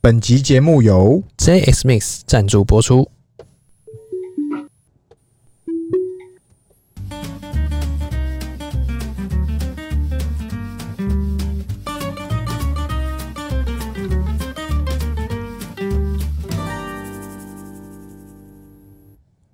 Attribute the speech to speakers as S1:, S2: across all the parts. S1: 本集节目由
S2: JX Mix 赞助播出。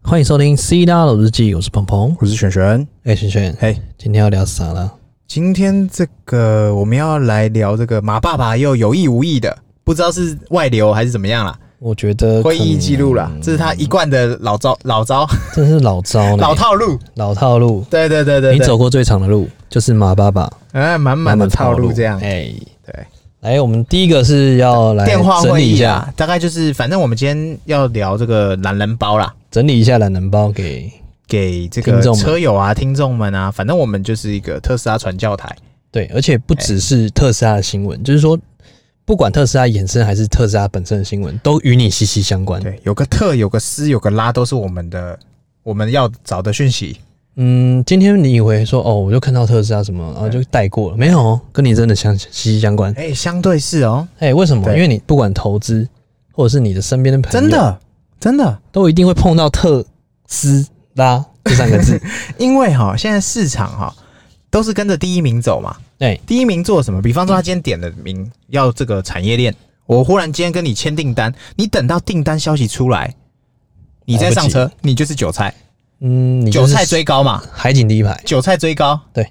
S2: 欢迎收听《C 大佬日记》，我是鹏鹏。
S1: 我是璇璇。
S2: 哎、轩轩，
S1: 嘿，
S2: 今天要聊啥了？
S1: 今天这个我们要来聊这个马爸爸又有意无意的，不知道是外流还是怎么样啦，
S2: 我觉得
S1: 会议
S2: 可
S1: 记录啦，
S2: 能
S1: 这是他一贯的老招老招
S2: 真是老招呢，
S1: 老套路。
S2: 老套路。
S1: 对对对对
S2: 你
S1: 对，
S2: 走过最长的路就是马爸爸，
S1: 哎，满满的套路这样。
S2: 哎，
S1: 对，
S2: 来，我们第一个是要来
S1: 电话
S2: 整
S1: 会
S2: 理一
S1: 议
S2: 下，
S1: 啊，大概就是，反正我们今天要聊这个懒人包啦，
S2: 整理一下懒人包给
S1: 给这
S2: 听
S1: 个
S2: 众们
S1: 车友啊、听众们啊，反正我们就是一个特斯拉传教台。
S2: 对，而且不只是特斯拉的新
S1: 哎
S2: 闻，就是说不管特斯拉衍生还是特斯拉本身的新闻，都与你息息相关。
S1: 对，有个特，有个斯，有个拉，都是我们的我们要找的讯息。
S2: 嗯，今天你以为说哦，我就看到特斯拉什么，然后就带过了，没有哦，跟你真的相息息相关。
S1: 哎、相对是哦，
S2: 哎、为什么？
S1: 对
S2: 因为你不管投资或者是你的身边的朋友，
S1: 真的真的，
S2: 都一定会碰到特斯拉这三个 字。
S1: 因为哈，现在市场哈都是跟着第一名走嘛。
S2: 对，
S1: 第一名做什么？比方说他今天点了名要这个产业链，我忽然今天跟你签订单，你等到订单消息出来，你再上车，你就是韭菜，
S2: 哦嗯，你就
S1: 韭
S2: 是
S1: 菜追高嘛，
S2: 海景第一排，
S1: 韭菜追高。
S2: 对，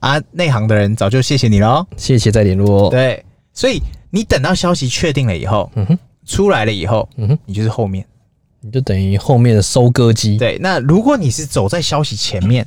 S1: 啊，内行的人早就谢谢你喽。
S2: 谢谢再联络。哦
S1: 对，所以你等到消息确定了以后，
S2: 嗯哼，
S1: 出来了以后，
S2: 嗯哼，
S1: 你就是后面。
S2: 你就等于后面的收割机，
S1: 对，那如果你是走在消息前面，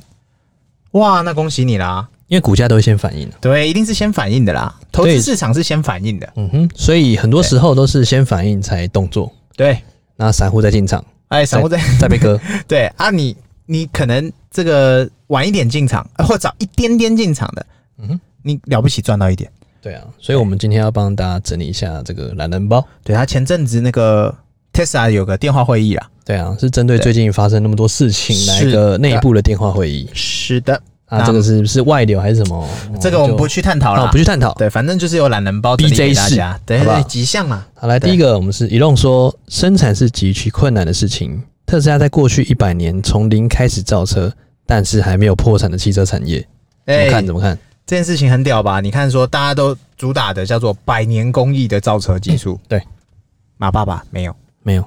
S1: 哇，那恭喜你啦！
S2: 因为股价都会先反应。啊
S1: 对，一定是先反应的啦。投资市场是先反应的，
S2: 嗯哼，所以很多时候都是先反应才动作，
S1: 对。
S2: 然后散户再进场，
S1: 哎，散户在
S2: 再被割。
S1: 对啊你，你可能这个晚一点进场，啊或早一点点进场的，
S2: 嗯哼，
S1: 你了不起赚到一点。
S2: 对啊，所以我们今天要帮大家整理一下这个懒人包。
S1: 对他前阵子那个 Tesla 有个电话会议啦，
S2: 对啊，是针对最近发生那么多事情
S1: 是
S2: 来一个内部的电话会议
S1: 是的，
S2: 啊，这个是是外流还是什么？
S1: 这个我们不去探讨
S2: 啊
S1: 了，
S2: 不去探讨。
S1: 对，反正就是有懒人包整理
S2: BJ
S1: 给大家，对
S2: 好不好
S1: 对，几项嘛，
S2: 好，来
S1: 对
S2: 第一个，我们是一弄说生产是极其困难的事情。特斯拉在过去一百年从零开始造车，但是还没有破产的汽车产业，怎么
S1: 哎，
S2: 看？怎么看？
S1: 这件事情很屌吧？你看，说大家都主打的叫做百年工艺的造车技术，
S2: 嗯对，
S1: 马爸爸没有，
S2: 没有，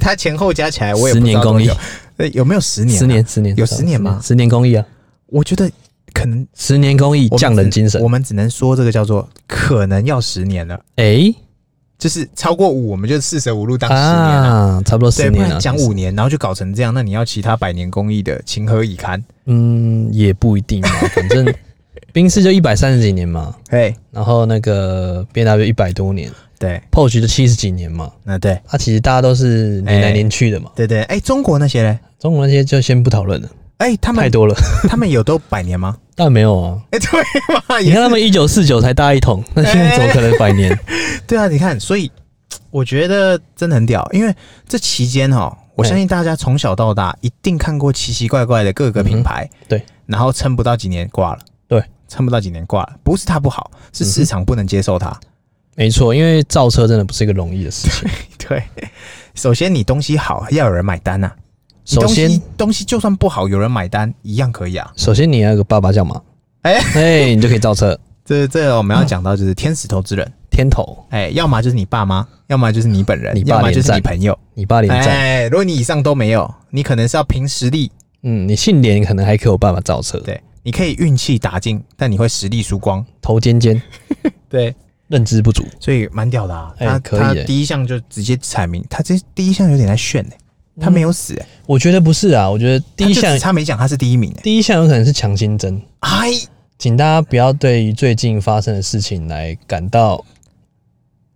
S1: 他前后加起来哎我也不知
S2: 十年
S1: 道多
S2: 工艺
S1: 久，呃有没有十年、
S2: 十，年，啊十年
S1: 有十年吗
S2: 十年工艺啊，
S1: 我觉得可能
S2: 十年工艺
S1: 我们
S2: 匠人精
S1: 只
S2: 神
S1: 我。们只能说这个叫做可能要十年了，
S2: 哎、
S1: 就是超过五，我们就四舍五入当十年了。
S2: 啊，差不多
S1: 对，
S2: 十
S1: 不
S2: 年了。
S1: 然讲五年，然后就搞成这样，那你要其他百年工艺的，情何以堪？
S2: 嗯，也不一定嘛， 反正宾士就一百三十几年嘛，
S1: 哎，
S2: 然后那个 B W 一百多年
S1: 对，
S2: ，Porsche 就七十几年嘛。
S1: 那对，
S2: 啊，其实大家都是年来年去的嘛。
S1: 对对，哎，中国那些嘞，
S2: 中国那些就先不讨论了，
S1: 哎，他
S2: 太
S1: 们
S2: 多了。
S1: 他们有都百年 吗？
S2: 但没有啊，
S1: 哎，对嘛，
S2: 你
S1: 也哎
S2: 看他们一九四九才大一统，那现在怎么可能百年？
S1: 对啊，你看，所以我觉得真的很屌，因为这期间哈，我相信大家从小到大一定看过奇奇怪怪的各个品牌，
S2: 嗯对，
S1: 然后撑不到几年挂了，
S2: 对，嗯
S1: 撑不到几年挂了，不是它不好，是市场不能接受它。
S2: 没错，因为造车真的不是一个容易的事情。
S1: 对，首先你东西好，要有人买单呐、啊。你
S2: 首
S1: 东
S2: 先
S1: 西，东西就算不好，有人买单一样可以啊。
S2: 首先你要有个爸爸叫嘛，
S1: 哎
S2: 哎，你就可以造车。
S1: 这这我们要讲到
S2: 嗯
S1: 就是天使投资人，
S2: 天头，
S1: 哎、要么就是你爸妈，要么就是你本人
S2: 你，爸
S1: 要么就是
S2: 连
S1: 你
S2: 战
S1: 朋友。
S2: 你爸连战，
S1: 哎、如果你以上都没有，你可能是要凭实力
S2: 嗯，你姓连可能还可以有办法造车，
S1: 对，你可以运气打进，但你会实力输光。
S2: 头尖尖，
S1: 对，
S2: 认知不足。
S1: 所以蛮屌的啊。
S2: 哎
S1: 他
S2: 可以
S1: 他
S2: 欸
S1: 第一项就直接阐明，他这第一项有点在炫哎、他没有死哎、
S2: 我觉得不是啊，我觉得嗯第一
S1: 他就
S2: 项
S1: 只差没讲他是第一名哎、
S2: 第一项有可能是强心针，
S1: 哎，
S2: 请大家不要对于最近发生的事情来感到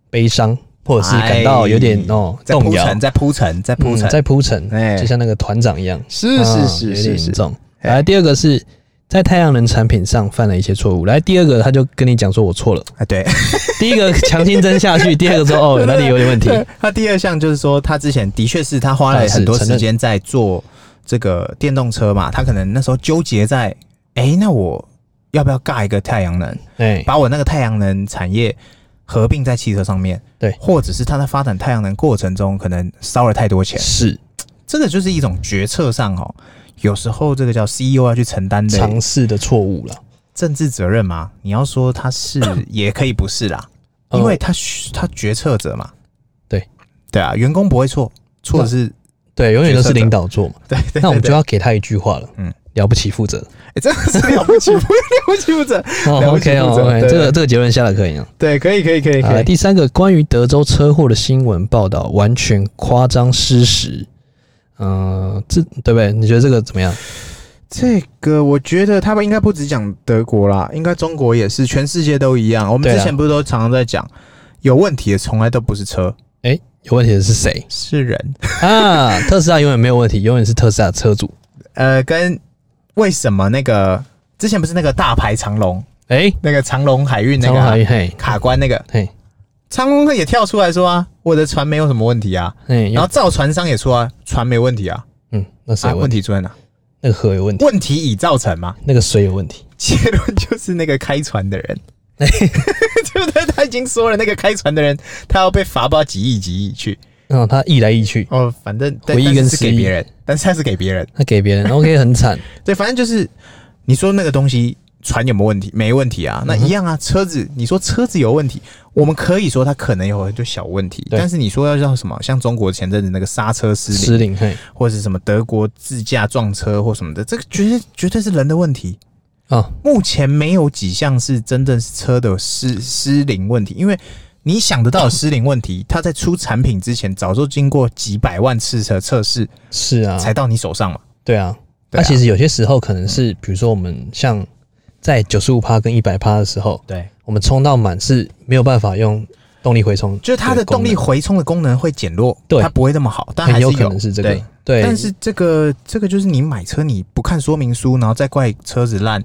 S2: 悲伤，或者是感到有点哦
S1: 哎在
S2: 动
S1: 铺
S2: 摇
S1: 陈，，在铺陈，在铺
S2: 嗯
S1: 陈，
S2: 在铺陈，
S1: 哎
S2: 就像那个团长一样，
S1: 是
S2: 啊
S1: 是是
S2: 有点
S1: 是
S2: 严
S1: 是，
S2: 重。
S1: 哎
S2: 来，第二个是在太阳能产品上犯了一些错误。来，第二个他就跟你讲说我错了，
S1: 哎对。
S2: 第一个强心针下去，第二个 说哦哪里有点问题，啊
S1: 他第二项就是说，他之前的确是他花了很多时间在做这个电动车嘛，他可能那时候纠结在，哎、那我要不要尬一个太阳能？
S2: 哎，
S1: 把我那个太阳能产业合并在汽车上面，
S2: 对
S1: 或者是它在发展太阳能过程中可能烧了太多钱，
S2: 是
S1: 这个就是一种决策上哦，有时候这个叫 CEO 要去承担的
S2: 尝试的错误了。
S1: 政治责任嘛。你要说他 是也可以不是啦，因为
S2: 呃
S1: 他他决策者嘛，
S2: 对
S1: 对啊，员工不会错，错的是
S2: 嗯对，永远都
S1: 决策
S2: 是
S1: 者
S2: 领导做嘛。
S1: 对对对
S2: 那我们就要给他一句话了，
S1: 嗯
S2: 嗯，了不起负 责。
S1: 哎真的是了不起，不了不起不者，
S2: 哦
S1: 了不起
S2: ，OK 哦
S1: 负责
S2: ，OK，
S1: 对
S2: 这个这个结论下的可以啊。
S1: 对，可以可以可以
S2: 好
S1: 可
S2: 来
S1: 以，
S2: 第三个关于德州车祸的新闻报道完全夸张失实，嗯、这对不对？你觉得这个怎么样？
S1: 这个我觉得他们应该不只讲德国啦，应该中国也是，全世界都一样。我们
S2: 对啊
S1: 之前不是都常常在讲，有问题的从来都不是车，
S2: 哎、有问题的是谁
S1: 是人。
S2: 啊？特斯拉永远没有问题，永远是特斯拉的车主。
S1: 呃，跟为什么那个之前不是那个大牌长龙，
S2: 哎、
S1: 那个长龙海运那
S2: 张
S1: 个啊、
S2: 华宇，嘿，
S1: 卡关那个
S2: 嘿，
S1: 长龙也跳出来说啊，我的船没有什么问题啊。
S2: 嘿，
S1: 然后造船商也说啊，船没问题啊，
S2: 嗯，那谁
S1: 啊
S2: 有
S1: 问
S2: 问题？
S1: 题出在哪？
S2: 那个河有问题，
S1: 问题已造成嘛，
S2: 那个水有 问题。
S1: 结论就是那个开船的人， 对不对？他已经说了，那个开船的人他要被罚不知道几亿几亿去
S2: 然后他一来一去，
S1: 哦，反正但
S2: 回忆
S1: 但是
S2: 跟
S1: 是
S2: 失
S1: 给
S2: 忆
S1: 别人，但是他是给别人，
S2: 他给 别人，OK，很惨。
S1: 对，反正就是你说那个东西船有没有问题？没问题啊，那一样啊。车子，你说车子有问题，我们可以说它可能有很多小问题，
S2: 对
S1: 但是你说要叫什么？像中国前阵子那个刹车失灵，
S2: 失灵，嘿，
S1: 或者是什么德国自驾撞车或什么的，这个绝对绝对是人的问题。
S2: 啊，
S1: 目前没有几项是真正是车的失失灵问题，因为你想得到的失灵问题，它在出产品之前，早就经过几百万次的测试
S2: 是啊，
S1: 才到你手上嘛。
S2: 对啊，
S1: 对
S2: 那、
S1: 啊
S2: 其实有些时候可能是，比如说我们像在九十五趴跟一百趴的时候，
S1: 对，
S2: 我们充到满是没有办法用动力回充，
S1: 就是它的动力回充的功能会减弱，
S2: 对
S1: 它不会那么好，但还
S2: 很
S1: 是
S2: 有可能是这个
S1: 对。
S2: 对，
S1: 但是这个这个就是你买车你不看说明书，然后再怪车子烂，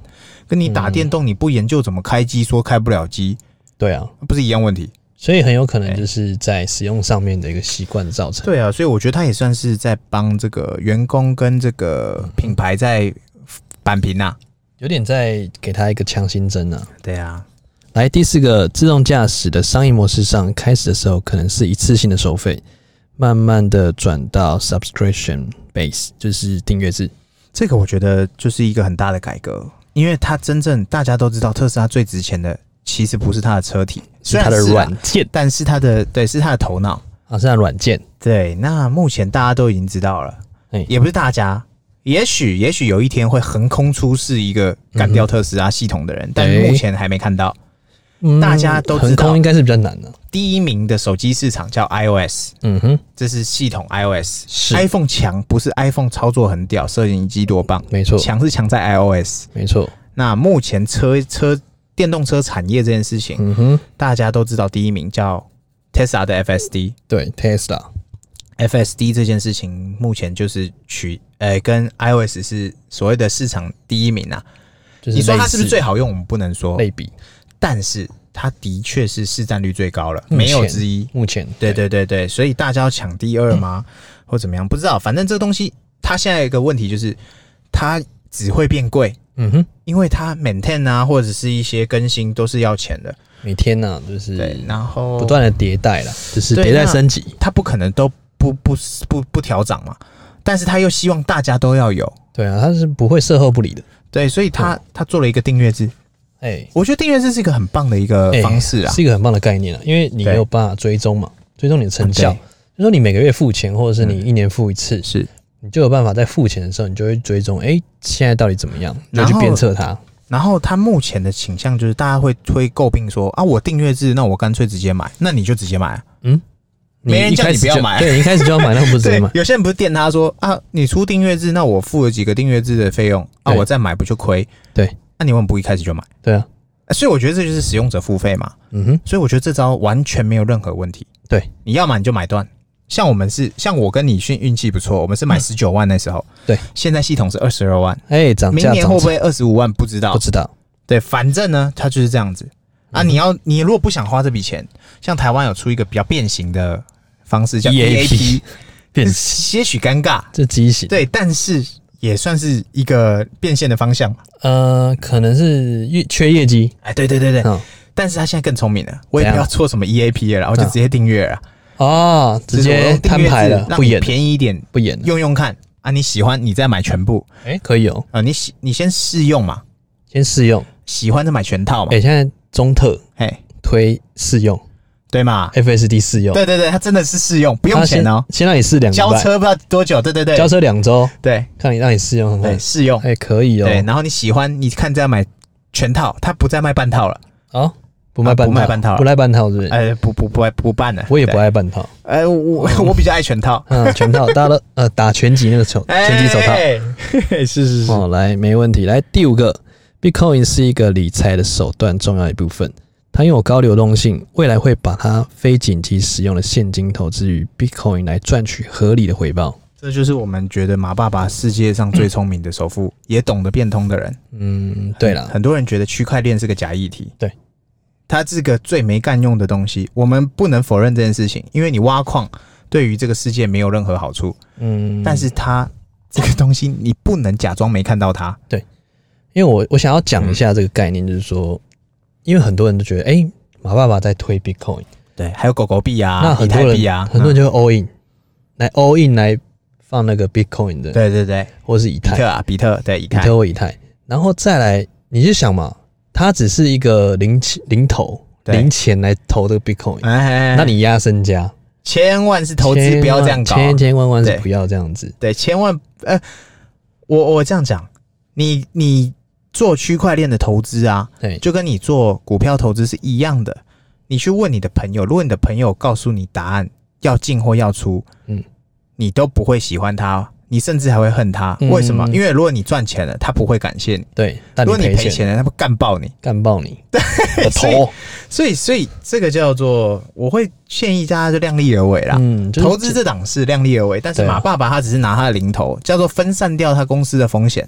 S1: 跟你打电动你不研究怎么开机，说开不了机，
S2: 对啊，
S1: 不是一样问题？
S2: 所以很有可能就是在使用上面的一个习惯造成。
S1: 对啊，所以我觉得他也算是在帮这个员工跟这个品牌在扳平啊呐、
S2: 有点在给他一个强心针啊。
S1: 对啊，
S2: 来，第四个，自动驾驶的商业模式上，开始的时候可能是一次性的收费，慢慢的转到 subscription base，就是订阅制。
S1: 这个我觉得就是一个很大的改革，因为它真正大家都知道，特斯拉最值钱的其实不是它的车体，虽然
S2: 它的
S1: 是啊
S2: 软件
S1: 但是它的对是它的头脑。
S2: 啊，是它的软件，
S1: 对，那目前大家都已经知道了，
S2: 哎
S1: 也不是大家，也许也许有一天会横空出世一个干掉特斯拉系统的人，但
S2: 哎
S1: 目前还没看到。
S2: 嗯
S1: 大家都知
S2: 横
S1: 道
S2: 空应该是比较难的、
S1: 第一名的手机市场叫 iOS，
S2: 嗯哼，
S1: 这是系统 iOS。
S2: 是
S1: iPhone 强不是 iPhone 操作很屌，摄影机多棒，
S2: 没错，
S1: 强是强在 iOS。
S2: 没错。
S1: 那目前车车电动车产业这件事情，
S2: 嗯哼，
S1: 大家都知道，第一名叫 Tesla 的 FSD。
S2: 对，Tesla
S1: FSD 这件事情目前就是取呃跟 iOS 是所谓的市场第一名啊。
S2: 就是
S1: 你说它
S2: 类
S1: 是不是
S2: 似
S1: 最好用？我们不能说，
S2: 类比？
S1: 但是它的确是市占率最高了，
S2: 目前
S1: 没有之一。
S2: 目前
S1: 对对对对，所以大家要抢第二吗？或怎么样？不知道，反正这个东西它现在有一个问题就是，它只会变贵，
S2: 嗯哼，
S1: 因为它 maintain 啊，或者是一些更新都是要钱的。
S2: 每天呢、就是
S1: 对，然后
S2: 嗯不断的迭代啦，就是
S1: 对
S2: 迭代
S1: 那
S2: 升级。
S1: 它不可能都不不不不调涨嘛，但是它又希望大家都要有，
S2: 对啊，它是不会售后不理的。
S1: 对，所以它它做了一个订阅制，
S2: 哎、
S1: 我觉得订阅制是一个很棒的一个
S2: 哎
S1: 方式啊。
S2: 是一个很棒的概念啊，因为你
S1: 对
S2: 没有办法追踪嘛，追踪你的成效
S1: 对。嗯
S2: 就说你每个月付钱，或者是你一年付一次，
S1: 是，
S2: 你就有办法在付钱的时候，你就会追踪，哎、现在到底怎么样，你
S1: 然
S2: 就
S1: 后
S2: 去鞭策它。
S1: 然后它目前的倾向就是大家会会诟病说啊，我订阅制，那我干脆直接买，那你就直接买啊。没人
S2: 一
S1: 叫
S2: 开
S1: 你
S2: 始
S1: 不要
S2: 就
S1: 买
S2: 对，你一开始就要买，那不是直接
S1: 对
S2: 买，？
S1: 有些人不是电他说啊，你出订阅制，那我付了几个订阅制的费用啊，
S2: 对
S1: 我再买不就亏？
S2: 对，
S1: 那、你为什么不一开始就买？呃
S2: 对啊，
S1: 所以我觉得这就是使用者付费嘛，
S2: 嗯哼，
S1: 所以我觉得这招完全没有任何问题。
S2: 对，
S1: 你要买你就买断。像我们是像我跟你运运气不错，我们是买十九万那时候，
S2: 嗯对，
S1: 现在系统是二十二万，
S2: 哎、涨
S1: 明
S2: 价
S1: 年会
S2: 涨
S1: 不
S2: 价，
S1: 会二十五万不知道
S2: 不，知道。嗯
S1: 对，反正呢，它就是这样子啊。你要你如果不想花这笔钱，像台湾有出一个比较变形的方式叫 EAP，
S2: EAP E 变
S1: 些许尴尬，
S2: 这畸形，
S1: 对，但是也算是一个变现的方向嘛。
S2: 呃，可能是业缺业绩，
S1: 哎，对对对对，
S2: 嗯，
S1: 但是他现在更聪明了，我也不
S2: 怎
S1: 要
S2: 样
S1: 做什么 EAP 了啦，我就
S2: 啊
S1: 直接订阅了，
S2: 哦，直
S1: 就是我
S2: 接
S1: 用订
S2: 摊
S1: 阅
S2: 牌
S1: 制
S2: 了，
S1: 让
S2: 不
S1: 你
S2: 演了，
S1: 便宜一点，
S2: 不演了。
S1: 用用看啊，你喜欢你再买全部
S2: 哎、可以哦，
S1: 啊、呃你喜你先试用嘛，
S2: 先试用。
S1: 喜欢再买全套嘛
S2: 哎、，现在中特
S1: 哎、
S2: 推试用
S1: 对嘛，
S2: ，FSD 试用，
S1: 对对对，它真的是试用，不
S2: 不
S1: 用钱哦，
S2: 哎先让你试两个
S1: 交
S2: 礼拜，
S1: 车不知道多久，对对对，
S2: 交车两周，
S1: 对
S2: 看你让你试用看
S1: 对
S2: 看。
S1: 试用，
S2: 哎、可以哦。
S1: 对，然后你喜欢你看再买全套，它不再卖半套了，
S2: 哦，不卖
S1: 啊
S2: 半套，
S1: 不卖半套了
S2: 不卖半套是不是？
S1: 哎、不不不爱不办了，
S2: 我也不
S1: 对，
S2: 爱半套，
S1: 哎、我 我我比较爱全套，
S2: 嗯，全套，大家都呃打拳击那个手拳击手套。
S1: 哎 是是是，
S2: 哦，来，没问题。来第五个，Bitcoin 是一个理财的手段重要一部分，它拥有高流动性，未来会把它非紧急使用的现金投资于 Bitcoin 来赚取合理的回报。
S1: 这就是我们觉得马爸爸世界上最聪明的首富，也懂得变通的人。
S2: 嗯，对了，
S1: 很多人觉得区块链是个假议题，
S2: 对，
S1: 它是个最没干用的东西，我们不能否认这件事情，因为你挖矿对于这个世界没有任何好处，
S2: 嗯，
S1: 但是它这个东西你不能假装没看到它，
S2: 因为我我想要讲一
S1: 嗯
S2: 下这个概念，就是说，因为很多人都觉得，哎、马爸爸在推 Bitcoin，、
S1: 对，还有狗狗币
S2: 那
S1: 啊，以
S2: 很多
S1: 太
S2: 人、
S1: 币啊，
S2: 很多
S1: 嗯
S2: 人就会 all in，、来 all in 来放那个 Bitcoin 的，，
S1: 嗯对对对，
S2: 或是以
S1: 比
S2: 太，
S1: 特啊，比特对，以
S2: 比
S1: 太
S2: 特，或以太，然后再来，你就想嘛，它只是一个零钱零头
S1: 对
S2: 零钱来投这个 Bitcoin，、
S1: 哎，
S2: 那你压身家，
S1: 千万是投资
S2: 千
S1: 不要这样
S2: 万
S1: 搞啊，
S2: 千千万万是
S1: 对
S2: 不要这样子。
S1: 对，千万呃，我我这样讲，你你做区块链的投资啊，
S2: 对，
S1: 就跟你做股票投资是一样的。你去问你的朋友，如果你的朋友告诉你答案要进或要出，
S2: 嗯，
S1: 你都不会喜欢他，你甚至还会恨他。
S2: 嗯
S1: 为什么？因为如果你赚钱了，他不会感谢你；
S2: 对，但
S1: 如
S2: 你
S1: 果你赔
S2: 赔钱，
S1: 钱了，他会干爆你。
S2: 干爆你，我
S1: 所以
S2: 头，
S1: 所以，所以这个叫做，我会建议大家就量力而为啦。
S2: 嗯，就是
S1: 啊投资这档事量力而为，但是
S2: 对啊
S1: 马爸爸他只是拿他的零头，叫做分散掉他公司的风险，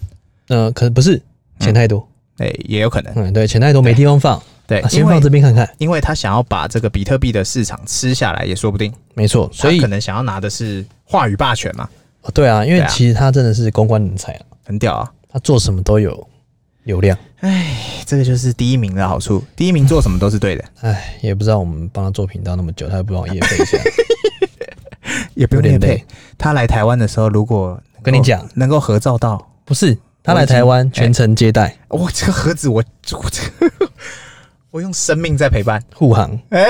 S2: 呃，可能不是钱太多，
S1: 哎、也有可能，
S2: 嗯，对，钱太多没地方放，
S1: 对，
S2: 啊、
S1: 因
S2: 先
S1: 为
S2: 放这边看看，
S1: 因为他想要把这个比特币的市场吃下来，也说不定。
S2: 没错，所以
S1: 他可能想要拿的是话语霸权嘛，
S2: 哦对啊，因为
S1: 对啊
S2: 其实他真的是公关人才啊，
S1: 很屌啊！哎
S2: 他做什么都有流量，
S1: 这个就是第一名的好处，第一名做什么都是对 的，
S2: 哎，也不知道我们帮他做频道那么久，他也不帮我夜配一 下，
S1: 也不
S2: 有
S1: 用练
S2: 点累
S1: 配。。他来台湾的时候，如果
S2: 我跟你讲，
S1: 能够合照到，
S2: 不是他来台湾全程接待
S1: 我这个盒子我，我这个我用生命在陪伴，
S2: 护航，
S1: 哎、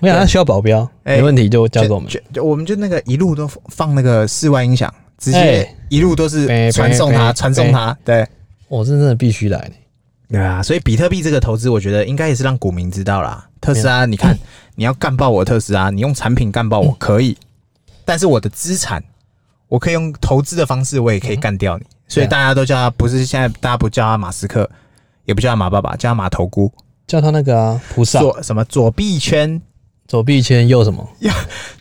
S2: 我想他需要保 镖，
S1: 哎
S2: 没问题就交给我们。
S1: 就就我们就那个一路都放那个室外音响，直接
S2: 哎
S1: 一路都是
S2: 呗
S1: 传送
S2: 呗
S1: 他，
S2: 呗
S1: 传送他，对。
S2: 我真的必须来呢，
S1: 对啊，所以比特币这个投资，我觉得应该也是让股民知道啦。特斯拉，你看，你要干爆我特斯拉，你用产品干爆我可以，但是我的资产，我可以用投资的方式，我也可以干掉
S2: 嗯
S1: 你。所以大家都叫他，不是现在大家不叫他马斯克，也不叫他马爸爸，叫他马头菇。
S2: 叫他那个啊，菩萨
S1: 左什么左币圈，
S2: 左臂圈 右什么？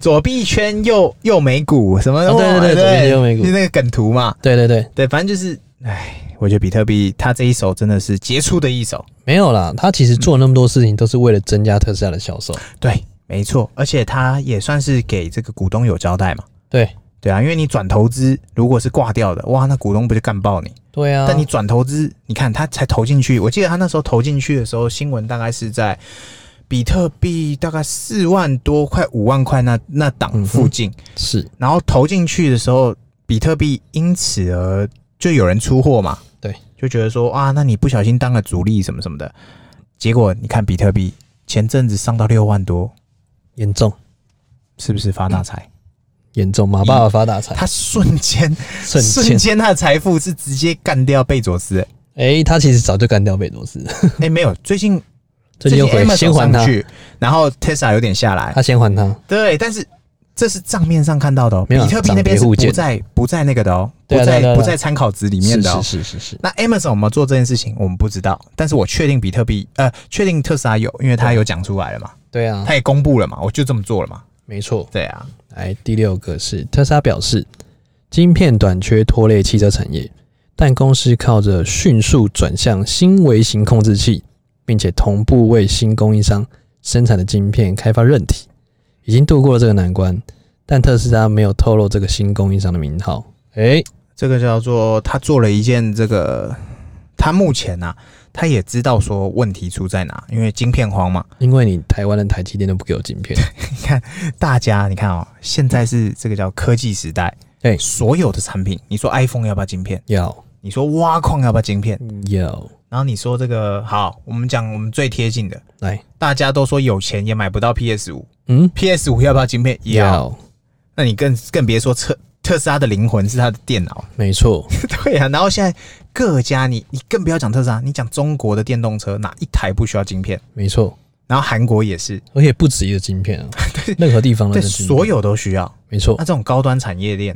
S1: 左币圈右右美股什么？
S2: 哦对对对左币圈右美股
S1: 就那个梗图嘛。
S2: 对对对，
S1: 对，反正就是，哎，我觉得比特币它这一手真的是杰出的一手。
S2: 没有啦，他其实做那么多事情都是为了增加特斯拉的销售。
S1: 对，没错，而且他也算是给这个股东有交代嘛。
S2: 对
S1: 对啊，因为你转投资如果是挂掉的，哇，那股东不就干爆你？
S2: 对啊，
S1: 但你转投资，你看他才投进去，我记得他那时候投进去的时候，新闻大概是在比特币大概四万多快五万块那那档附近，
S2: 嗯是
S1: 然后投进去的时候，比特币因此而就有人出货嘛，
S2: 对，
S1: 就觉得说啊，那你不小心当了主力什么什么的，结果你看比特币前阵子上到六万多，
S2: 严重
S1: 是不是发大财？
S2: 严重，马爸爸发大财，
S1: 他瞬间
S2: 瞬
S1: 瞬
S2: 间
S1: 间他的财富是直接干掉贝佐 斯。
S2: 哎，他其实早就干掉贝多斯了，
S1: 哎、没有，最近
S2: 最近又回
S1: Amazon
S2: 先还他啊
S1: 上，去，然后 Tesla 有点下来。
S2: 他先还他，
S1: 对，但是这是账面上看到的、哦，
S2: 没
S1: 比
S2: 有啊
S1: 特币那边是
S2: 涨跌互见
S1: 不在不在那个的哦，
S2: 对啊
S1: 不在
S2: 对啊对啊
S1: 不在参考值里面
S2: 是
S1: 的、哦。
S2: 是是是是，
S1: 那 Amazon 有没有做这件事情，我们不知道，但是我确定比特币，呃，确定特斯拉有，因为他有讲出来了嘛，
S2: 对啊，
S1: 他也公布了嘛，我就这么做了嘛，
S2: 没错。
S1: 对啊，
S2: 来，第六个是特斯拉表示，晶片短缺拖累汽车产业，但公司靠着迅速转向新微型控制器，并且同步为新供应商生产的晶片开发韧体，已经度过了这个难关。但特斯拉没有透露这个新供应商的名号。诶、
S1: 这个叫做他做了一件这个，他目前啊，他也知道说问题出在哪，因为晶片荒嘛。
S2: 因为你台湾的台积电都不给我晶 片，
S1: 大家你看哦，现在是这个叫科技时代，
S2: 对
S1: 所有的产品，你说 iPhone 要不要晶片？
S2: 要
S1: 你说挖矿要不要晶片？
S2: 要
S1: 然后你说这个好，我们讲我们最贴近的，
S2: 来，
S1: 大家都说有钱也买不到 PS 五
S2: 嗯，
S1: ，PS 五要不要晶片？要。那你更更别说特特斯拉的灵魂是它的电脑，
S2: 没错，
S1: 对啊。然后现在各家你你更不要讲特斯拉，啊你讲中国的电动车哪一台不需要晶片？
S2: 没错，
S1: 然后韩国也是，
S2: 而且不止一个 晶片啊，任何地方
S1: 对，
S2: 的晶片
S1: 所有都啊需要。
S2: 没错
S1: 那，这种高端产业链，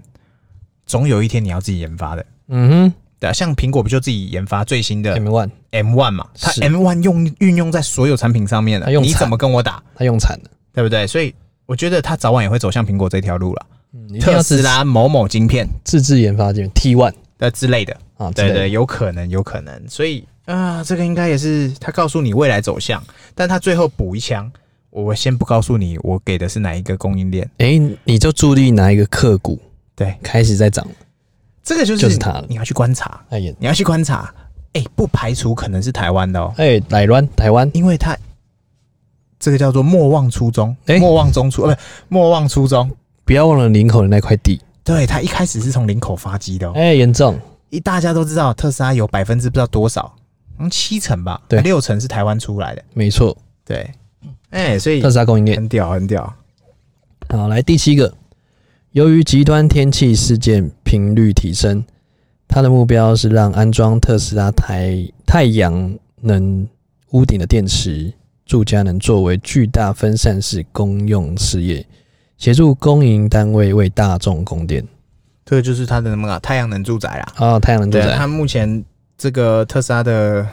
S1: 总有一天你要自己研发的，
S2: 嗯
S1: 对啊。像苹果不就自己研发最新
S2: 哼
S1: 的
S2: ，M One
S1: M One 嘛？它
S2: 是
S1: M One 用运用在所有产品上面了，
S2: 它用
S1: 你
S2: 惨
S1: 怎么跟我打，
S2: 他用惨了，
S1: 对不对？所以我觉得它早晚也会走向苹果这条路了。
S2: 嗯一定要
S1: 特
S2: 自
S1: 斯拉某某晶片
S2: 自制研发晶片 T One
S1: 的之类的，
S2: 啊，之
S1: 对
S2: 类的
S1: 对，，有可能，有可能。所以啊、这个应该也是他告诉你未来走向，但他最后补一枪，我先不告诉你我给的是哪一个供应链。
S2: 哎、你就注定哪一个个股
S1: 对，
S2: 开始在涨，
S1: 这个就是
S2: 就是它了
S1: 你要去观察，
S2: 哎呀，
S1: 你要去观察。哎、不排除可能是台湾的哦，
S2: 哎、来乱台湾，
S1: 因为他这个叫做莫忘初衷，
S2: 哎
S1: 莫忘中初，呃，不，莫忘初衷。
S2: 不要忘了林口的那块地，
S1: 对他一开始是从林口发迹的、哦，
S2: 哎、严重，
S1: 一大家都知道特斯拉有百分之不知道多少，嗯，七成吧，
S2: 对
S1: 六成是台湾出来的，
S2: 没错，
S1: 对，哎、所以
S2: 特斯拉供应链。
S1: 很屌，很屌。
S2: 好，来第七个，由于极端天气事件频率提升，它的目标是让安装特斯拉太太阳能屋顶的电池，住家能作为巨大分散式公用事业，协助公营单位为大众供电
S1: 这个就是它的什么啊？太阳能住宅啦。
S2: 啊，太阳能住
S1: 对，它
S2: 宅，
S1: 目前这个特斯拉的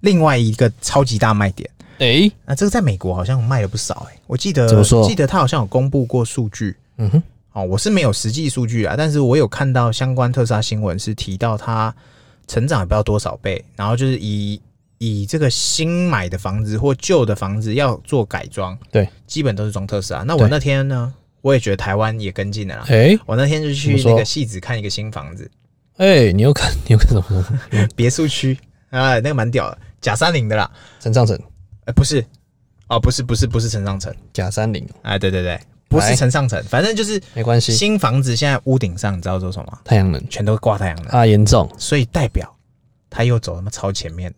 S1: 另外一个超级大卖点，
S2: 诶，
S1: 那这个在美国好像卖了不少哎、我记得
S2: 怎么说
S1: 记得它好像有公布过数据
S2: 嗯哼，
S1: 哦，我是没有实际数据啊，但是我有看到相关特斯拉新闻是提到它成长也不知道多少倍，然后就是以以这个新买的房子或旧的房子要做改装，
S2: 对，
S1: 基本都是装特斯拉。那我
S2: 对
S1: 那天呢，我也觉得台湾也跟进了啦。
S2: 诶，
S1: 我那天就去
S2: 怎么
S1: 那
S2: 说
S1: 个戏子看一个新房子，
S2: 诶，哎你又看， 你又看什么？
S1: 别墅区啊、那个蛮屌的，假山林的啦，
S2: 陈尚成，
S1: 呃，不是，哦，不是，不是，不是陈上城，
S2: 假三零，
S1: 哎、对对对，不
S2: 来
S1: 是陈上城，反正就是
S2: 没关系，
S1: 新房子现在屋顶上，你知道做什么吗？
S2: 太阳能
S1: 全都挂太阳能，
S2: 啊，严重，
S1: 所以代表他又走他妈超前面，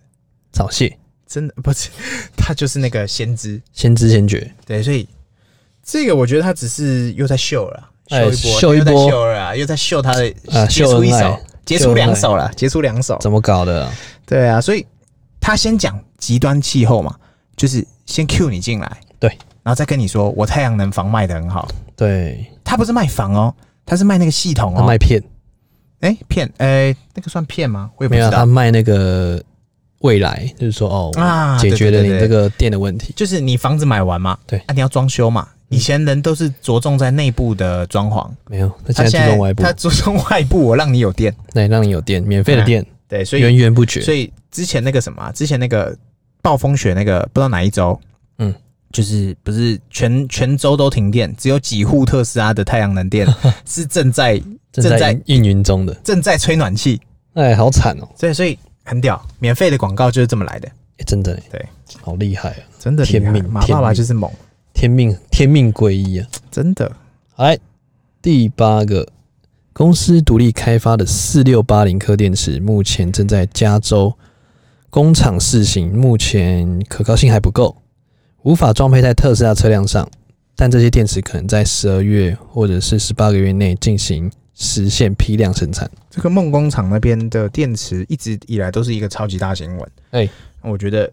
S2: 早泄，
S1: 真的 不是，他就是那个先知，
S2: 先知先觉，
S1: 对，所以这个我觉得他只是又在秀了。
S2: 哎
S1: 秀一波，
S2: 秀一
S1: 又在
S2: 波
S1: 秀了啊，又在秀他的
S2: 啊
S1: 杰
S2: 秀
S1: 出
S2: 恩
S1: 一
S2: 爱
S1: 手，杰
S2: 秀
S1: 出
S2: 恩
S1: 两
S2: 爱
S1: 手了，杰出两手。
S2: 怎么搞的啊、
S1: 对啊，所以他先讲极端气候嘛，就是先 cue 你进来，
S2: 对，
S1: 然后再跟你说我太阳能房卖的很好，
S2: 对，
S1: 他不是卖房哦，他是卖那个系统
S2: 他
S1: 哦，
S2: 卖片，
S1: 哎骗哎那个算骗吗？我也不
S2: 没
S1: 知
S2: 有啊他
S1: 道，
S2: 卖那个未来，就是说哦，
S1: 啊
S2: 解决了
S1: 对对
S2: 你
S1: 对
S2: 这个电的问题。
S1: 就是你房子买完嘛，
S2: 对嗯
S1: 啊你要装修嘛，以前人都是着重在内部的装潢，
S2: 没有，他
S1: 他
S2: 现在注重外部
S1: 他，着重外部，我让你有电，
S2: 对，让你有电，免费的电，
S1: 对，所以
S2: 源源不绝。
S1: 所以之前那个什么啊，之前那个暴风雪那个不知道哪一周，
S2: 嗯，
S1: 就是不是全全州都停电，只有几户特斯拉的太阳能 电是正在
S2: 正
S1: 正
S2: 在
S1: 在
S2: 应运中的，
S1: 正在吹暖气，
S2: 哎，好惨哦，
S1: 所以所以很屌，免费的广告就是这么来的，
S2: 哎真的，
S1: 对，
S2: 好厉害啊，
S1: 真的厉害
S2: 天命
S1: 马
S2: 天
S1: 爸爸
S2: 命
S1: 就是猛，
S2: 天命天命归一啊。
S1: 真的
S2: 好来，第八个，公司独立开发的四六八零颗电池，目前正在加州工厂试行，目前可靠性还不够，无法装配在特斯拉车辆上。但这些电池可能在十二月或者是十八个月内进行实现批量生产。
S1: 这个梦工厂那边的电池一直以来都是一个超级大新闻，
S2: 哎
S1: 我觉得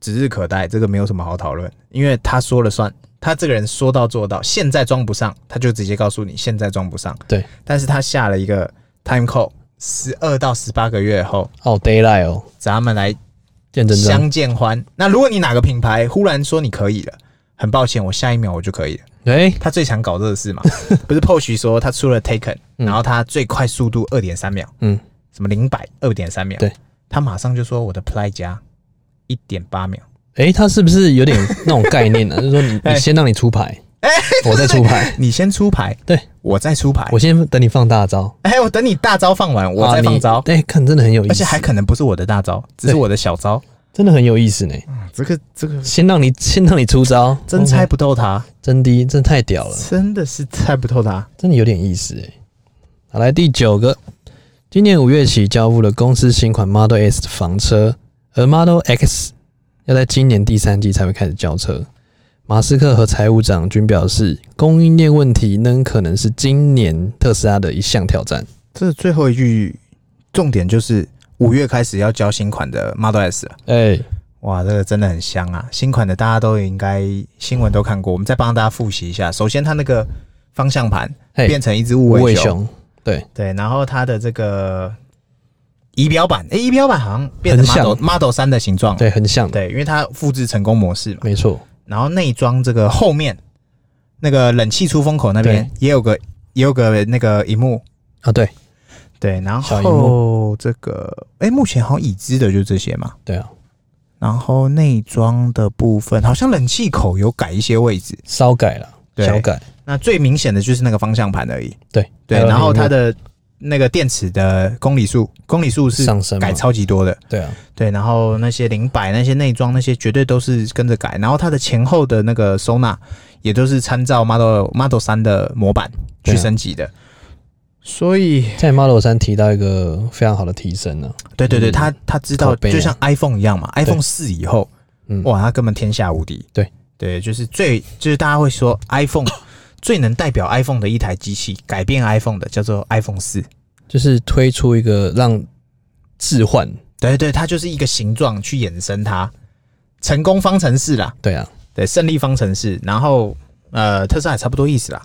S1: 指日可待，这个没有什么好讨论，因为他说了算，他这个人说到做到，现在装不上，他就直接告诉你现在装不上。
S2: 对，
S1: 但是他下了一个 time code，十二到十八个月后，
S2: 哦，daylight 哦，
S1: 咱们来
S2: 见真章。
S1: 相见欢。那如果你哪个品牌忽然说你可以了，很抱歉，我下一秒我就可以了。
S2: 哎、
S1: 他最常搞这个事嘛， 不是 Porsche 说他出了 Taken，
S2: 嗯
S1: 然后他最快速度二点三秒，
S2: 嗯，
S1: 什么零百二点三秒，
S2: 对，
S1: 他马上就说我的 Play 加一点八秒，
S2: 哎、他是不是有点那种概念呢、啊？就是说你，
S1: 哎
S2: 你先让你出牌，
S1: 哎、
S2: 我在出牌，
S1: 你先出牌，
S2: 对
S1: 我再出牌
S2: 我。先等你放大招，
S1: 哎、我等你大招放完，我
S2: 啊
S1: 再
S2: 你
S1: 放招，
S2: 哎，看真的很有意思，
S1: 而且还可能不是我的大招，只是
S2: 对
S1: 我的小招。
S2: 真的很有意思呢。
S1: 这个这个
S2: 先让你先让你出招，
S1: 真猜
S2: 哦
S1: 不透他，
S2: 真低，真太屌了，
S1: 真的是猜不透他。
S2: 真的有点意思哎。好，来第九个，今年五月起交付了公司新款 Model S 的房车，而 Model X 要在今年第三季才会开始交车。马斯克和财务长均表示，供应链问题仍可能是今年特斯拉的一项挑战。
S1: 这最后一句重点就是五月开始要交新款的 Model S 了。
S2: 哎、
S1: 哇，这个真的很香啊！新款的大家都应该新闻都看过，我们再帮大家复习一下。首先，它那个方向盘
S2: 嘿
S1: 变成一只无
S2: 哎无
S1: 尾
S2: 尾
S1: 熊，
S2: 熊，对，
S1: 对，然后它的这个仪表板，诶，仪表板好像变成
S2: 很像
S1: Model Model 三的形状了，
S2: 对，很像的，
S1: 对，因为它复制成功模式嘛。
S2: 没错，
S1: 然后内装这个后面那个冷气出风口那边也有个也有个那个荧幕，
S2: 啊，对，
S1: 对，然
S2: 小荧幕
S1: 后这个诶，目前好像已知的就这些嘛。
S2: 对啊，
S1: 然后内装的部分，好像冷气口有改一些位置，
S2: 稍改了，
S1: 对
S2: 小改，
S1: 那最明显的就是那个方向盘而已。
S2: 对
S1: 对，然后它的那个电池的公里数，公里数是
S2: 上升嘛
S1: 改超级多的。
S2: 对啊，
S1: 对，然后那些零摆、那些内装、那些绝对都是跟着改，然后它的前后的那个收纳也都是参照 Model Model 三的模板去
S2: 对啊
S1: 升级的。所以，
S2: 在 Model 三提到一个非常好的提升呢、
S1: 对对对，
S2: 嗯
S1: 他他知道，
S2: 靠背啊
S1: 就像 iPhone 一样嘛，iPhone 四以后，
S2: 嗯
S1: 哇，他根本天下无敌。
S2: 对
S1: 对，就是最就是大家会说 iPhone 最能代表 iPhone 的一台机器，改变 iPhone 的叫做 iPhone 四。
S2: 就是推出一个让置换，
S1: 对对，它就是一个形状去衍生它，成功方程式啦。
S2: 对啊，
S1: 对，胜利方程式，然后呃，特斯拉也差不多意思啦。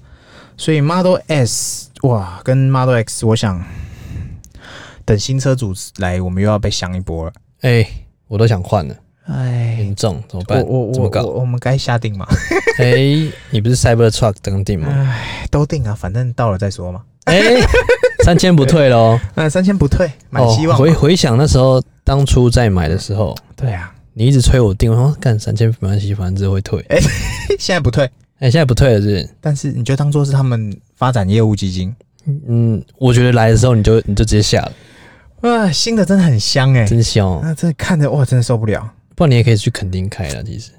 S1: 所以 Model S 哇，跟 Model X，我想等新车主来，我们又要被香一波了。
S2: 哎、我都想换了，
S1: 哎，
S2: 严重怎么
S1: 我
S2: 办？
S1: 我我
S2: 怎么
S1: 我
S2: 搞？
S1: 我们该下定嘛？
S2: 哎、你不是 Cybertruck 登顶 吗？
S1: 哎，都定啊，反正到了再说嘛。
S2: 哎、三千不退喽，
S1: 那三千不退，蛮希望
S2: 哦。
S1: 嘛、
S2: 回回想那时候当初在买的时候，
S1: 对啊，
S2: 你一直催我订，我说哦干三千没关系，反正只会退。
S1: 现在不退，
S2: 哎、现在不退了是不是？
S1: 但是你就当做是他们发展业务基金。
S2: 嗯，我觉得来的时候你就你就直接下了，
S1: 哇，新的真的很香哎、
S2: 真香、哦。
S1: 那这看着哇，真的受不了。
S2: 不然你也可以去垦丁开了，其实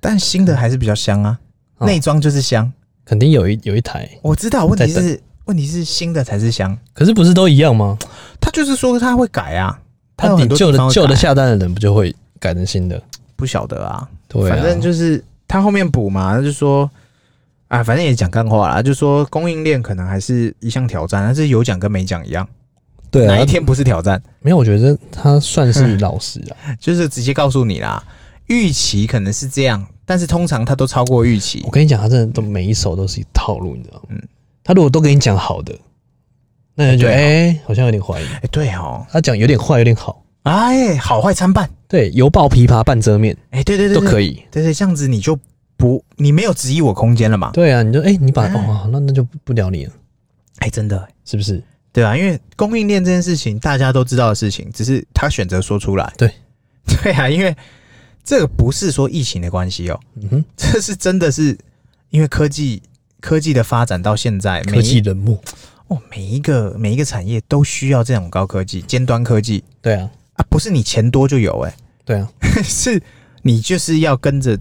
S1: 但新的还是比较香啊，
S2: 哦
S1: 内装就是香。
S2: 垦丁有一有一台，
S1: 我知道，问题
S2: 在等
S1: 是问题是新的才是香，
S2: 可是不是都一样吗？
S1: 他就是说他会改啊，他
S2: 他
S1: 有
S2: 你
S1: 很多
S2: 旧
S1: 地方
S2: 的
S1: 会
S2: 旧
S1: 改
S2: 的下单的人不就会改成新的？
S1: 不晓得啊，
S2: 对啊，
S1: 反正就是他后面补嘛，他就说啊，反正也讲干话啦，就说供应链可能还是一项挑战，但是有讲跟没讲一样，
S2: 对
S1: 哪
S2: 啊
S1: 一，天不是挑战，
S2: 没有，我觉得他算是老实啊。
S1: 就是直接告诉你啦，预期可能是这样，但是通常它都超过预期
S2: 我，跟你讲，他真的都每一手都是一套路，你知道吗？
S1: 嗯
S2: 他如果都跟你讲好的，那你就觉得
S1: 对啊
S2: 哎、好像有点怀疑。
S1: 哎、对哦，
S2: 他讲有点坏，有点好，
S1: 哎，好坏参半，
S2: 对，油爆琵琶半遮面
S1: 哎、对对对
S2: 都可
S1: 以，
S2: 以。
S1: 对对，这样子你就不你没有质疑我空间了嘛，
S2: 对啊，你就哎、你把
S1: 哎
S2: 哦，好那那就不不聊你了，
S1: 哎、真的、
S2: 是不是？
S1: 对啊，因为供应链这件事情大家都知道的事情，只是他选择说出来。
S2: 对，
S1: 对啊，因为这个不是说疫情的关系哦，
S2: 嗯哼，
S1: 这是真的是因为科技科技的发展到现在，每
S2: 科技
S1: 一
S2: 冷漠，
S1: 哦每一个每一个产业都需要这种高科技、尖端科技
S2: 对啊，
S1: 啊，不是你钱多就有 哎、
S2: 对啊，
S1: 是你就是要跟着。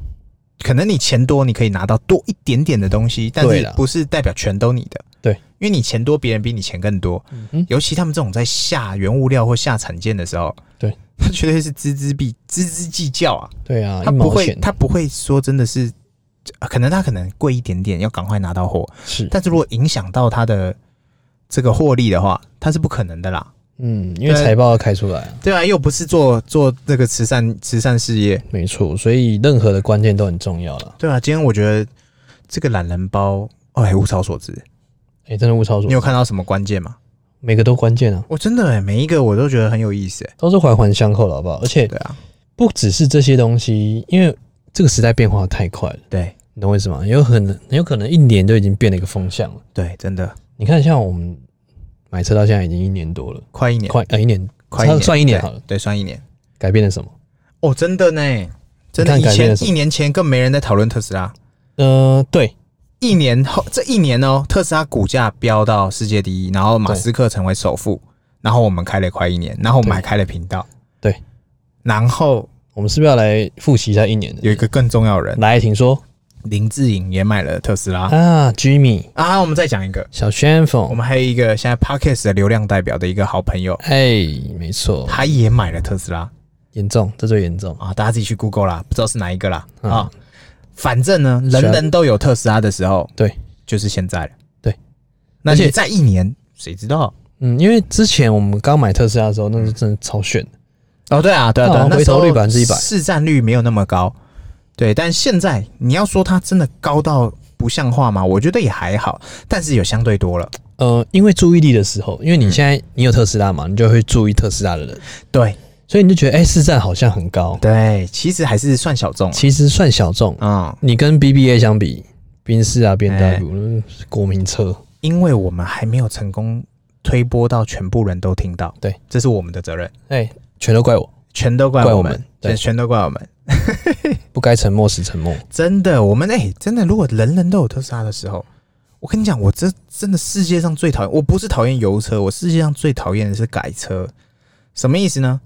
S1: 可能你钱多，你可以拿到多一点点的东西，但
S2: 对
S1: 是
S2: 啦
S1: 不是代表全都你的？
S2: 对，
S1: 因为你钱多，别人比你钱更多，
S2: 嗯哼，
S1: 尤其他们这种在下原物料或下产件的时候，
S2: 对，
S1: 他绝对是锱铢必锱铢计较啊，
S2: 对啊，
S1: 他
S2: 一
S1: 不
S2: 毛
S1: 会
S2: 钱
S1: 他不会说真的是，呃可能他可能贵一点点，要赶快拿到货，
S2: 是，
S1: 但是如果影响到他的这个获利的话，他是不可能的啦，
S2: 嗯，因为
S1: 对
S2: 财报要开出来啊，
S1: 对啊，又不是做做这个慈善慈善事业，
S2: 没错，所以任何的关键都很重要了。
S1: 对啊，今天我觉得这个懒人包，哎，物超所值，
S2: 哎、真的物超所
S1: 你有看到什么关键吗？
S2: 每个都关键啊，
S1: 我真的哎、每一个我都觉得很有意思哎、
S2: 都是环环相扣的，好不好？而且
S1: 对啊，
S2: 不只是这些东西，因为这个时代变化得太快了，
S1: 对
S2: 你懂我意思吗？有可能，有可能一年就已经变了一个风向了。
S1: 对，真的
S2: 你看，像我们买车到现在已经一年多了，
S1: 快一年，
S2: 快呃一年，
S1: 快一年，
S2: 算一年好了
S1: 对，对，算一年。
S2: 改变了什么？
S1: 哦，真的呢，真的，
S2: 你看
S1: 以
S2: 改变了
S1: 前
S2: 什么
S1: 一年前更没人在讨论特斯拉，
S2: 呃，对，
S1: 一年后，这一年呢，特斯拉股价飙到世界第一，然后马斯克成为首富，然后我们开了快一年，然后我们
S2: 对
S1: 还开了频道，
S2: 对，
S1: 然后
S2: 我们是不是要来复习一下一年的？
S1: 有一个更重要的人，
S2: 来，请说
S1: 林志颖也买了特斯拉
S2: 啊，Jimmy
S1: 啊。我们再讲一个，
S2: 小旋
S1: 我
S2: 风，
S1: 们还有一个现在 Parkes 的流量代表的一个好朋友，
S2: 哎，没错，
S1: 他也买了特斯拉
S2: 严重，这最严重。
S1: 啊，大家自己去 Google 啦，不知道是哪一个啦
S2: 嗯
S1: 啊。反正呢，人人都有特斯拉的时候，
S2: 对，
S1: 就是现在了。
S2: 对，
S1: 那
S2: 而且
S1: 你在一年，谁知道？
S2: 嗯，因为之前我们刚买特斯拉的时候，那时候真的超炫的，
S1: 哦，对啊，对啊，对啊
S2: 那好，像
S1: 那
S2: 回
S1: 时候
S2: 头率100%
S1: 市占率没有那么高，对。但现在你要说它真的高到不像话吗？我觉得也还好，但是有相对多了。
S2: 呃，因为注意力的时候，因为你现
S1: 嗯
S2: 在你有特斯拉嘛，你就会注意特斯拉的人，
S1: 对
S2: 所以你就觉得，哎、市占好像很高，
S1: 对，其实还是算小众啊。
S2: 其实算小众。
S1: 嗯，
S2: 你跟 BBA 相比，宾士啊、B
S1: 哎
S2: W、嗯国民车，
S1: 因为我们还没有成功推播到全部人都听到，
S2: 对，
S1: 这是我们的责任，
S2: 哎、全都怪我，
S1: 全都怪
S2: 怪我
S1: 们，
S2: 们
S1: 对，
S2: 对
S1: 全都怪我们。
S2: 不该沉默时沉默。
S1: 真的，我们哎、真的，如果人人都有特斯拉的时候，我跟你讲，我这真的世界上最讨厌，我不是讨厌油车，我世界上最讨厌的是改车。什么意思呢？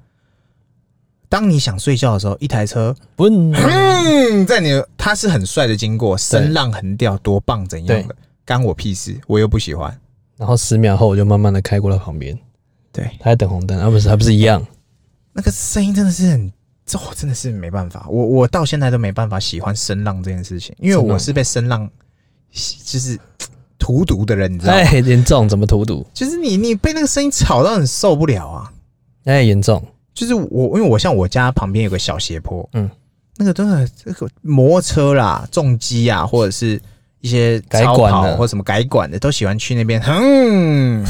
S1: 当你想睡觉的时候，一台车，
S2: 不，
S1: 嗯，在你的它是很帅的经过，声浪横调，多棒，怎样的，干我屁事，我又不喜欢。
S2: 然后十秒后我就慢慢的开过他旁边，
S1: 对，
S2: 他在等红灯，而、啊不是还不是一样。
S1: 那个声音真的是很，这我真的是没办法，我我到现在都没办法喜欢声浪这件事情，因为
S2: 声浪
S1: 我是被声浪就是荼毒的人，你知道吗？
S2: 哎，严重，怎么荼毒？
S1: 就是你你被那个声音吵到很受不了啊！
S2: 哎，严重，
S1: 就是我因为我像我家旁边有个小斜坡，
S2: 嗯，
S1: 那个真的这个摩托车啦、重机啊，或者是一些
S2: 改
S1: 超
S2: 管
S1: 跑
S2: 的
S1: 或什么改管的，都喜欢去那边，哼、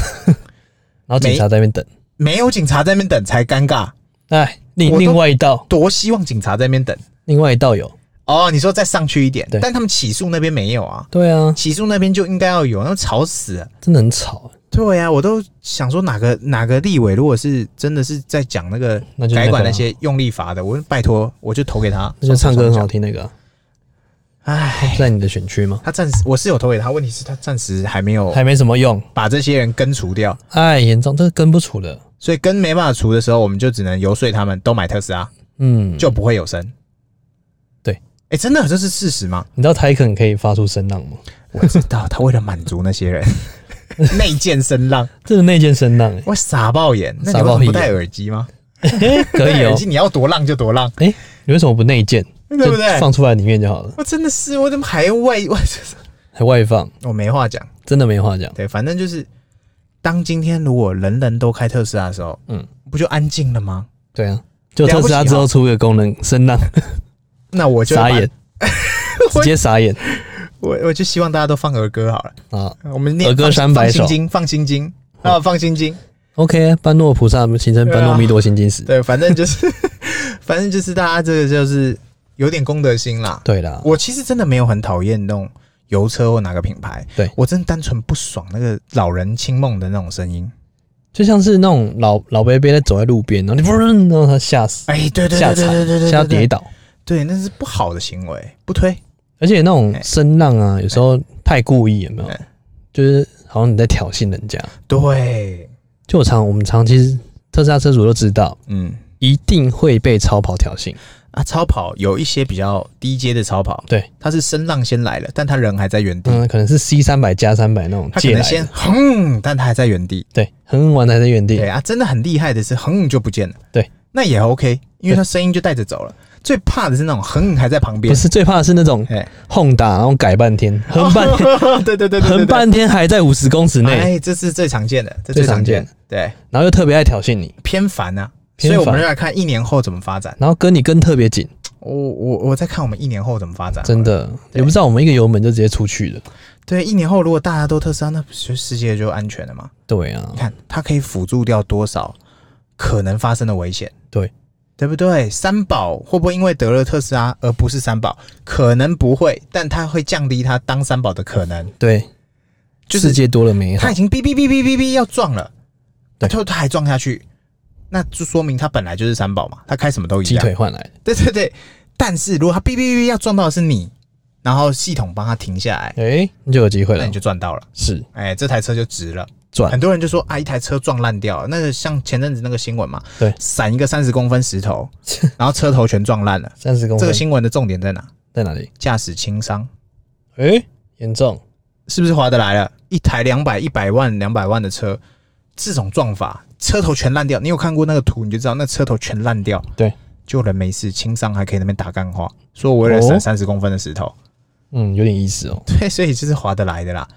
S2: 然后警察在那边等。
S1: 没有警察在那边等才尴尬，
S2: 哎，
S1: 我
S2: 另
S1: 都
S2: 另外一道，
S1: 多希望警察在那边等。
S2: 另外一道有。
S1: 哦，你说再上去一点
S2: 对，
S1: 但他们起诉那边没有啊。
S2: 对啊，
S1: 起诉那边就应该要有，那吵死了。
S2: 真的很吵，
S1: 对啊，我都想说哪个哪个立委，如果是真的是在讲那个
S2: 那就
S1: 改管
S2: 个
S1: 那
S2: 啊，
S1: 些用力罚的，我拜托我就投给他。
S2: 那就唱歌很好
S1: 爽
S2: 听那个啊、
S1: 爽爽。唉，
S2: 在你的选区吗？
S1: 他暂时我是有投给他，问题是他暂时还没有
S2: 还没什么用。
S1: 把这些人根除掉，
S2: 哎，严重，这是跟不处的。
S1: 所以根没办法除的时候，我们就只能游说他们都买特斯拉，
S2: 嗯，
S1: 就不会有声。
S2: 对
S1: 哎、真的这是事实吗？
S2: 你知道台肯可以发出声浪吗？
S1: 我知道，他为了满足那些 人内建声浪，
S2: 这是内建声浪、
S1: 我傻爆眼。那你为
S2: 傻爆
S1: 什么不
S2: 眼
S1: 戴耳机吗？
S2: 哎，可以
S1: 戴
S2: 哦
S1: 耳。机你要多浪就多 浪，
S2: 你为什么不内建？
S1: 对不对
S2: 就？放出来里面就好了，
S1: 我真的是，我怎么还外 外？
S2: 还外放，
S1: 我没话讲。
S2: 真的没话讲。
S1: 对，反正就是，当今天如果人人都开特斯拉的时候，
S2: 嗯，
S1: 不就安静了吗？
S2: 对啊，就特斯
S1: 了
S2: 拉
S1: 不起啊
S2: 之后出一个功能声浪，
S1: 那我就
S2: 傻眼， 直接傻眼
S1: 我我就希望大家都放儿歌好了，
S2: 啊。
S1: 我们念
S2: 儿歌
S1: 放
S2: 三百首嗯
S1: 放心经，放心经啊，放心经。
S2: OK，般若菩萨形成般若蜜多心经时。
S1: 对，反正就是， 反正就是大家这个就是有点公德心啦。
S2: 对啦，
S1: 我其实真的没有很讨厌那种油车或哪个品牌，
S2: 对
S1: 我真的单纯不爽那个老人清梦的那种声音。
S2: 就像是那种老老伯伯在走在路边，然后你然后他吓死，
S1: 哎，对对
S2: 吓
S1: 对对对对
S2: 惨，
S1: 对，
S2: 吓到
S1: 对
S2: 跌，倒。
S1: 对，那是不好的行为，不推。
S2: 而且那种
S1: 哎
S2: 声浪啊，有时候太故意，有没有
S1: 哎？
S2: 就是好像你在挑衅人家。
S1: 对，
S2: 就我常我们常其实特斯拉车主都知道，
S1: 嗯。
S2: 一定会被超跑挑衅。
S1: 啊，超跑有一些比较低阶的超跑，
S2: 对，
S1: 它是声浪先来了，但他人还在原地，
S2: 嗯，可能是 C 三百加三百那种
S1: 他可
S2: 借
S1: 能
S2: 来
S1: 先
S2: 的，
S1: 哼，但他还在原地。
S2: 对，很晚才在原地
S1: 对。啊，真的很厉害的是哼就不见了。
S2: 对，
S1: 那也 OK，因为他声音就带着走了。最怕的是那种哼还在旁边
S2: 不，是最怕的是那种
S1: 哎，哦
S2: 轰打，然后改半天，横半天，
S1: 对对对对对，
S2: 横
S1: 对
S2: 半天还在五十公尺内，
S1: 哎，这是最常见的，这
S2: 最
S1: 常
S2: 常
S1: 见
S2: 见
S1: 的，对，
S2: 然后又特别爱挑衅你，
S1: 偏烦啊。所
S2: 偏
S1: 以我
S2: 烦
S1: 们要来看一年后怎么发展。
S2: 然后跟你跟特别紧，
S1: 我我我在看我们一年后怎么发展。
S2: 哦真的
S1: 对
S2: 也不知道我们一个油门就直接出去了。
S1: 对，一年后如果大家都特斯拉，那不是世界就安全了吗？
S2: 对啊
S1: 你，看它可以辅助掉多少可能发生的危险，
S2: 对
S1: 对不对？三宝会不会因为得了特斯拉而不是三宝？可能不会，但它会降低它当三宝的可能。
S2: 对，
S1: 就是
S2: 世界多了美好
S1: 它已。经哔哔哔哔哔哔要撞了，
S2: 对
S1: 它它还撞下去，那就说明它本来就是三宝嘛，它开什么都一
S2: 鸡
S1: 样。
S2: 腿换来的，
S1: 对对对，但是如果它哔哔哔哔要撞到的是你，然后系统帮他停下来，
S2: 哎，你就有机会
S1: 那
S2: 了
S1: 你，就赚到了。
S2: 是
S1: 哎、这台车就值了。
S2: 赚
S1: 很多人就说啊，一台车撞烂掉了，那个像前阵子那个新闻嘛，
S2: 对
S1: 闪一个三十公分石 头，然后车头全撞烂了。
S2: 三十公
S1: 这
S2: 分
S1: 个，新闻的重点在哪？
S2: 在哪里？
S1: 驾驶轻伤，
S2: 哎，严重，
S1: 是不是划得来了？一台两百一百万两百万的车，这种撞法，车头全烂掉。你有看过那个图，你就知道那车头全烂掉。
S2: 对，
S1: 就人没事，轻伤还可以那边打干话，说我为了
S2: 哦
S1: 闪三十公分的石头，
S2: 嗯，有点意思哦。
S1: 对，所以这是划得来的啦。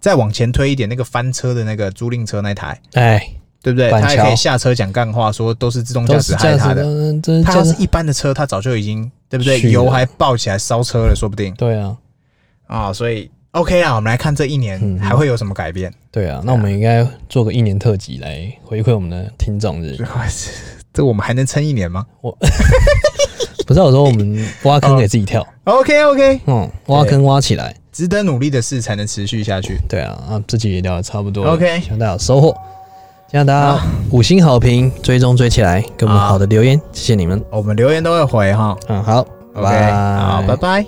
S1: 再往前推一点，那个翻车的那个租赁车那台，
S2: 哎，
S1: 对不对？
S2: 板
S1: 他还可
S2: 桥
S1: 以下车讲干话，说都是自动驾
S2: 都是
S1: 驶
S2: 这
S1: 害
S2: 样子
S1: 他
S2: 的啊
S1: 的。，
S2: 真
S1: 他
S2: 这
S1: 要
S2: 样
S1: 是
S2: 子，
S1: 一般的车，他早就已经对不对？
S2: 去了
S1: 油还爆起来烧车了，说不定
S2: 对啊，
S1: 啊、所以 OK 啦，我们来看这一
S2: 嗯
S1: 年还会有什么改变。
S2: 对啊。那我们应该做个一年特辑来回馈我们的听众日。
S1: 这我们还能撑一年吗
S2: 不是我说我们挖坑给 自己跳，
S1: ？OK OK，
S2: 嗯，挖坑挖起来。
S1: 值得努力的事才能持续下去。
S2: 对啊，啊，这集也聊得差不多了
S1: OK
S2: 希望大家有收获。希望大家五星好评，追踪追起来，给我们
S1: 好
S2: 好的留言，谢谢你们。
S1: 我们留言都会回哈。
S2: 嗯，好，拜
S1: OK，好，拜拜。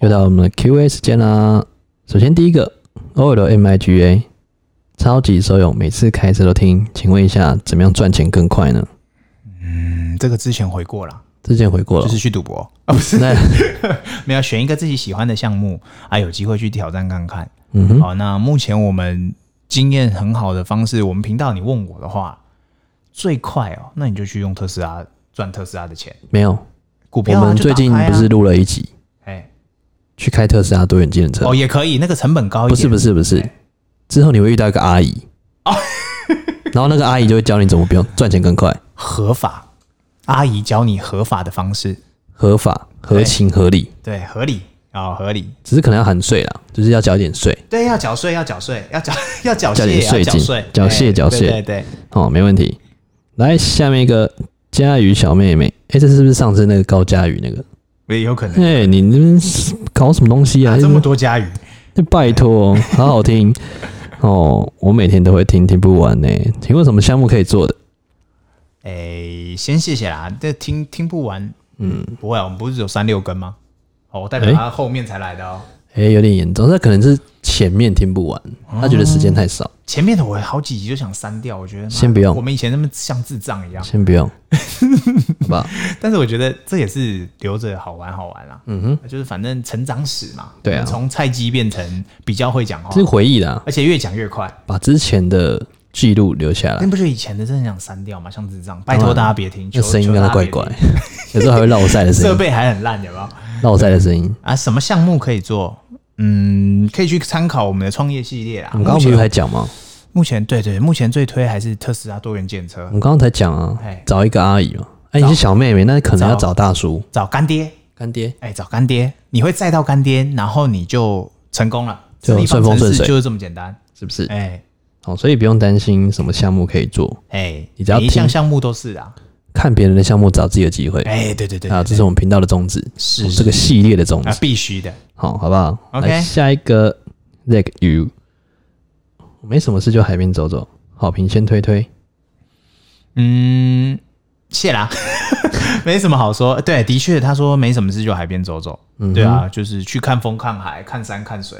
S2: 又到我们的 Q&A 时间啦。首先第一个 O L M I G A，超级手勇，每次开车都听。请问一下，怎么样赚钱更快呢？
S1: 嗯，这个之前回过了，
S2: 之前回过了
S1: 就，是去赌博哦啊，不是？
S2: 那
S1: 没有选一个自己喜欢的项目啊，有机会去挑战看看。
S2: 嗯哼，
S1: 好，那目前我们经验很好的方式，我们频道你问我的话，最快哦，那你就去用特斯拉赚特斯拉的钱，
S2: 没有。
S1: 股
S2: 我
S1: 票、啊、
S2: 们
S1: 就
S2: 最
S1: 打
S2: 近
S1: 开啊
S2: 不是录了一集
S1: 哎、
S2: 去开特斯拉多元机车？
S1: 哦也可以，那个成本高一
S2: 不
S1: 点，
S2: 是不
S1: 是哦
S2: 是不是，之后你会遇到一个阿姨，然后那个阿姨就会教你怎么不用赚钱更快，
S1: 合法，阿姨教你合法的方式，
S2: 合法、合情、合理，
S1: 对，合理哦，合理，
S2: 只是可能要含税啦，就是要缴一点税
S1: 对，要缴税，要缴税，要缴 要缴
S2: 缴
S1: 械，
S2: 点
S1: 要
S2: 税
S1: 缴
S2: 金
S1: 税，
S2: 缴
S1: 哎
S2: 械缴
S1: 对
S2: 械
S1: 对对，
S2: 哦，没问题。来，下面一个佳宇小妹妹，哎、这是不是上次那个高佳宇那个？
S1: 也有可能。
S2: 哎、你那边搞什么东西啊？
S1: 啊、这么多家语，
S2: 哎拜托，好好听哦，我每天都会听，听不完呢、请问什么项目可以做的？
S1: 哎、先谢谢啦，这听听不完，嗯，不会、啊，我们不是只有三六根吗？哦，我代表
S2: 哎
S1: 他后面才来的哦。
S2: 哎、有点严重，那可能是前面听不完，他觉得时间太少。
S1: 前面的我好几集就想删掉，我觉得妈
S2: 先不用
S1: 我们以前那么像智障一样，
S2: 先不用，好吧？
S1: 但是我觉得这也是留着好玩好玩啦。啊
S2: 嗯哼，
S1: 就是反正成长史嘛，
S2: 对啊
S1: 我们从菜鸡变成比较会讲话
S2: 这是，回忆啦，
S1: 而且越讲越快。
S2: 把之前的记录留下
S1: 那
S2: 来。
S1: 不是以前的真的想删掉吗？像智障，拜托大家别听，
S2: 那
S1: 求
S2: 声音
S1: 求
S2: 让
S1: 大家
S2: 它怪
S1: 别
S2: 怪
S1: 听，
S2: 有时候还会绕塞的声
S1: 设
S2: 音，
S1: 备还很烂，有没有？
S2: 绕塞的声音。
S1: 啊，什么项目可以做？嗯，可以去参考我们的创业系列啊。
S2: 我们刚
S1: 目
S2: 刚不是
S1: 前
S2: 才讲吗？
S1: 目前对对，目前最推还是特斯拉多元建车
S2: 我，们刚刚才讲啊
S1: 哎，
S2: 找一个阿姨嘛。哎，你是小妹妹，那可能要找大叔、
S1: 找干爹，
S2: 干爹。
S1: 哎、找干爹，你会载到干爹，然后你就成功了，
S2: 就
S1: 这地方
S2: 顺风
S1: 城
S2: 顺
S1: 市
S2: 水
S1: 就是这么简单。
S2: 是不是？
S1: 哎、
S2: 哦，所以不用担心什么项目可以做，
S1: 哎、
S2: 你只要
S1: 每一项
S2: 听
S1: 项目都是啊，
S2: 看别人的项目找自己的机会
S1: 哎、对对对
S2: 啊，
S1: 对
S2: 这是我们频道的宗旨，哦
S1: 是
S2: 我们这个系列的宗旨
S1: 啊，。必须的。
S2: 好，好不好
S1: OK
S2: 来下一个 Zack You，没什么事就海边走走，好评先推推。
S1: 嗯，谢啦， 没什么好说。对，的确，他说没什么事就海边走走，对啊，就是去看风、看海、看山、看水。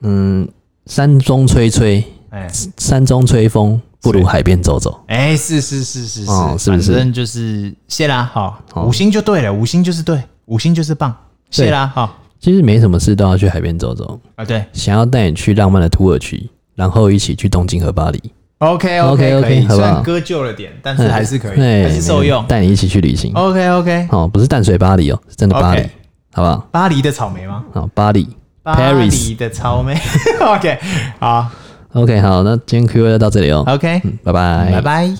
S2: 嗯，山中吹吹，
S1: 哎、
S2: 山中吹风，不如海边走走。
S1: 哎、是是是是是，
S2: 哦是不是
S1: 反正就是谢啦，好，
S2: 哦
S1: 五星就对了，五星就是对，五星就是棒，谢啦，好
S2: 其实没什么事都要去海边走走，
S1: 啊，对
S2: 想要带你去浪漫的土耳其，然后一起去东京和巴黎，
S1: ，OK
S2: OK，OK，
S1: 可以，
S2: 好
S1: 虽
S2: 不好
S1: 然割旧了点，但是还是可以，
S2: 哎
S1: 还是受用。
S2: 带你一起去旅行。
S1: OK OK，
S2: 哦，不是淡水巴黎哦，是真的巴黎
S1: OK
S2: 好不好？
S1: 巴黎的草莓吗？
S2: 好，巴黎
S1: 巴
S2: Paris。
S1: 黎的草莓 ，OK，好
S2: OK，好，那今天 Q&A 就到这里哦。
S1: ，OK，
S2: 嗯，拜拜，
S1: 拜。拜。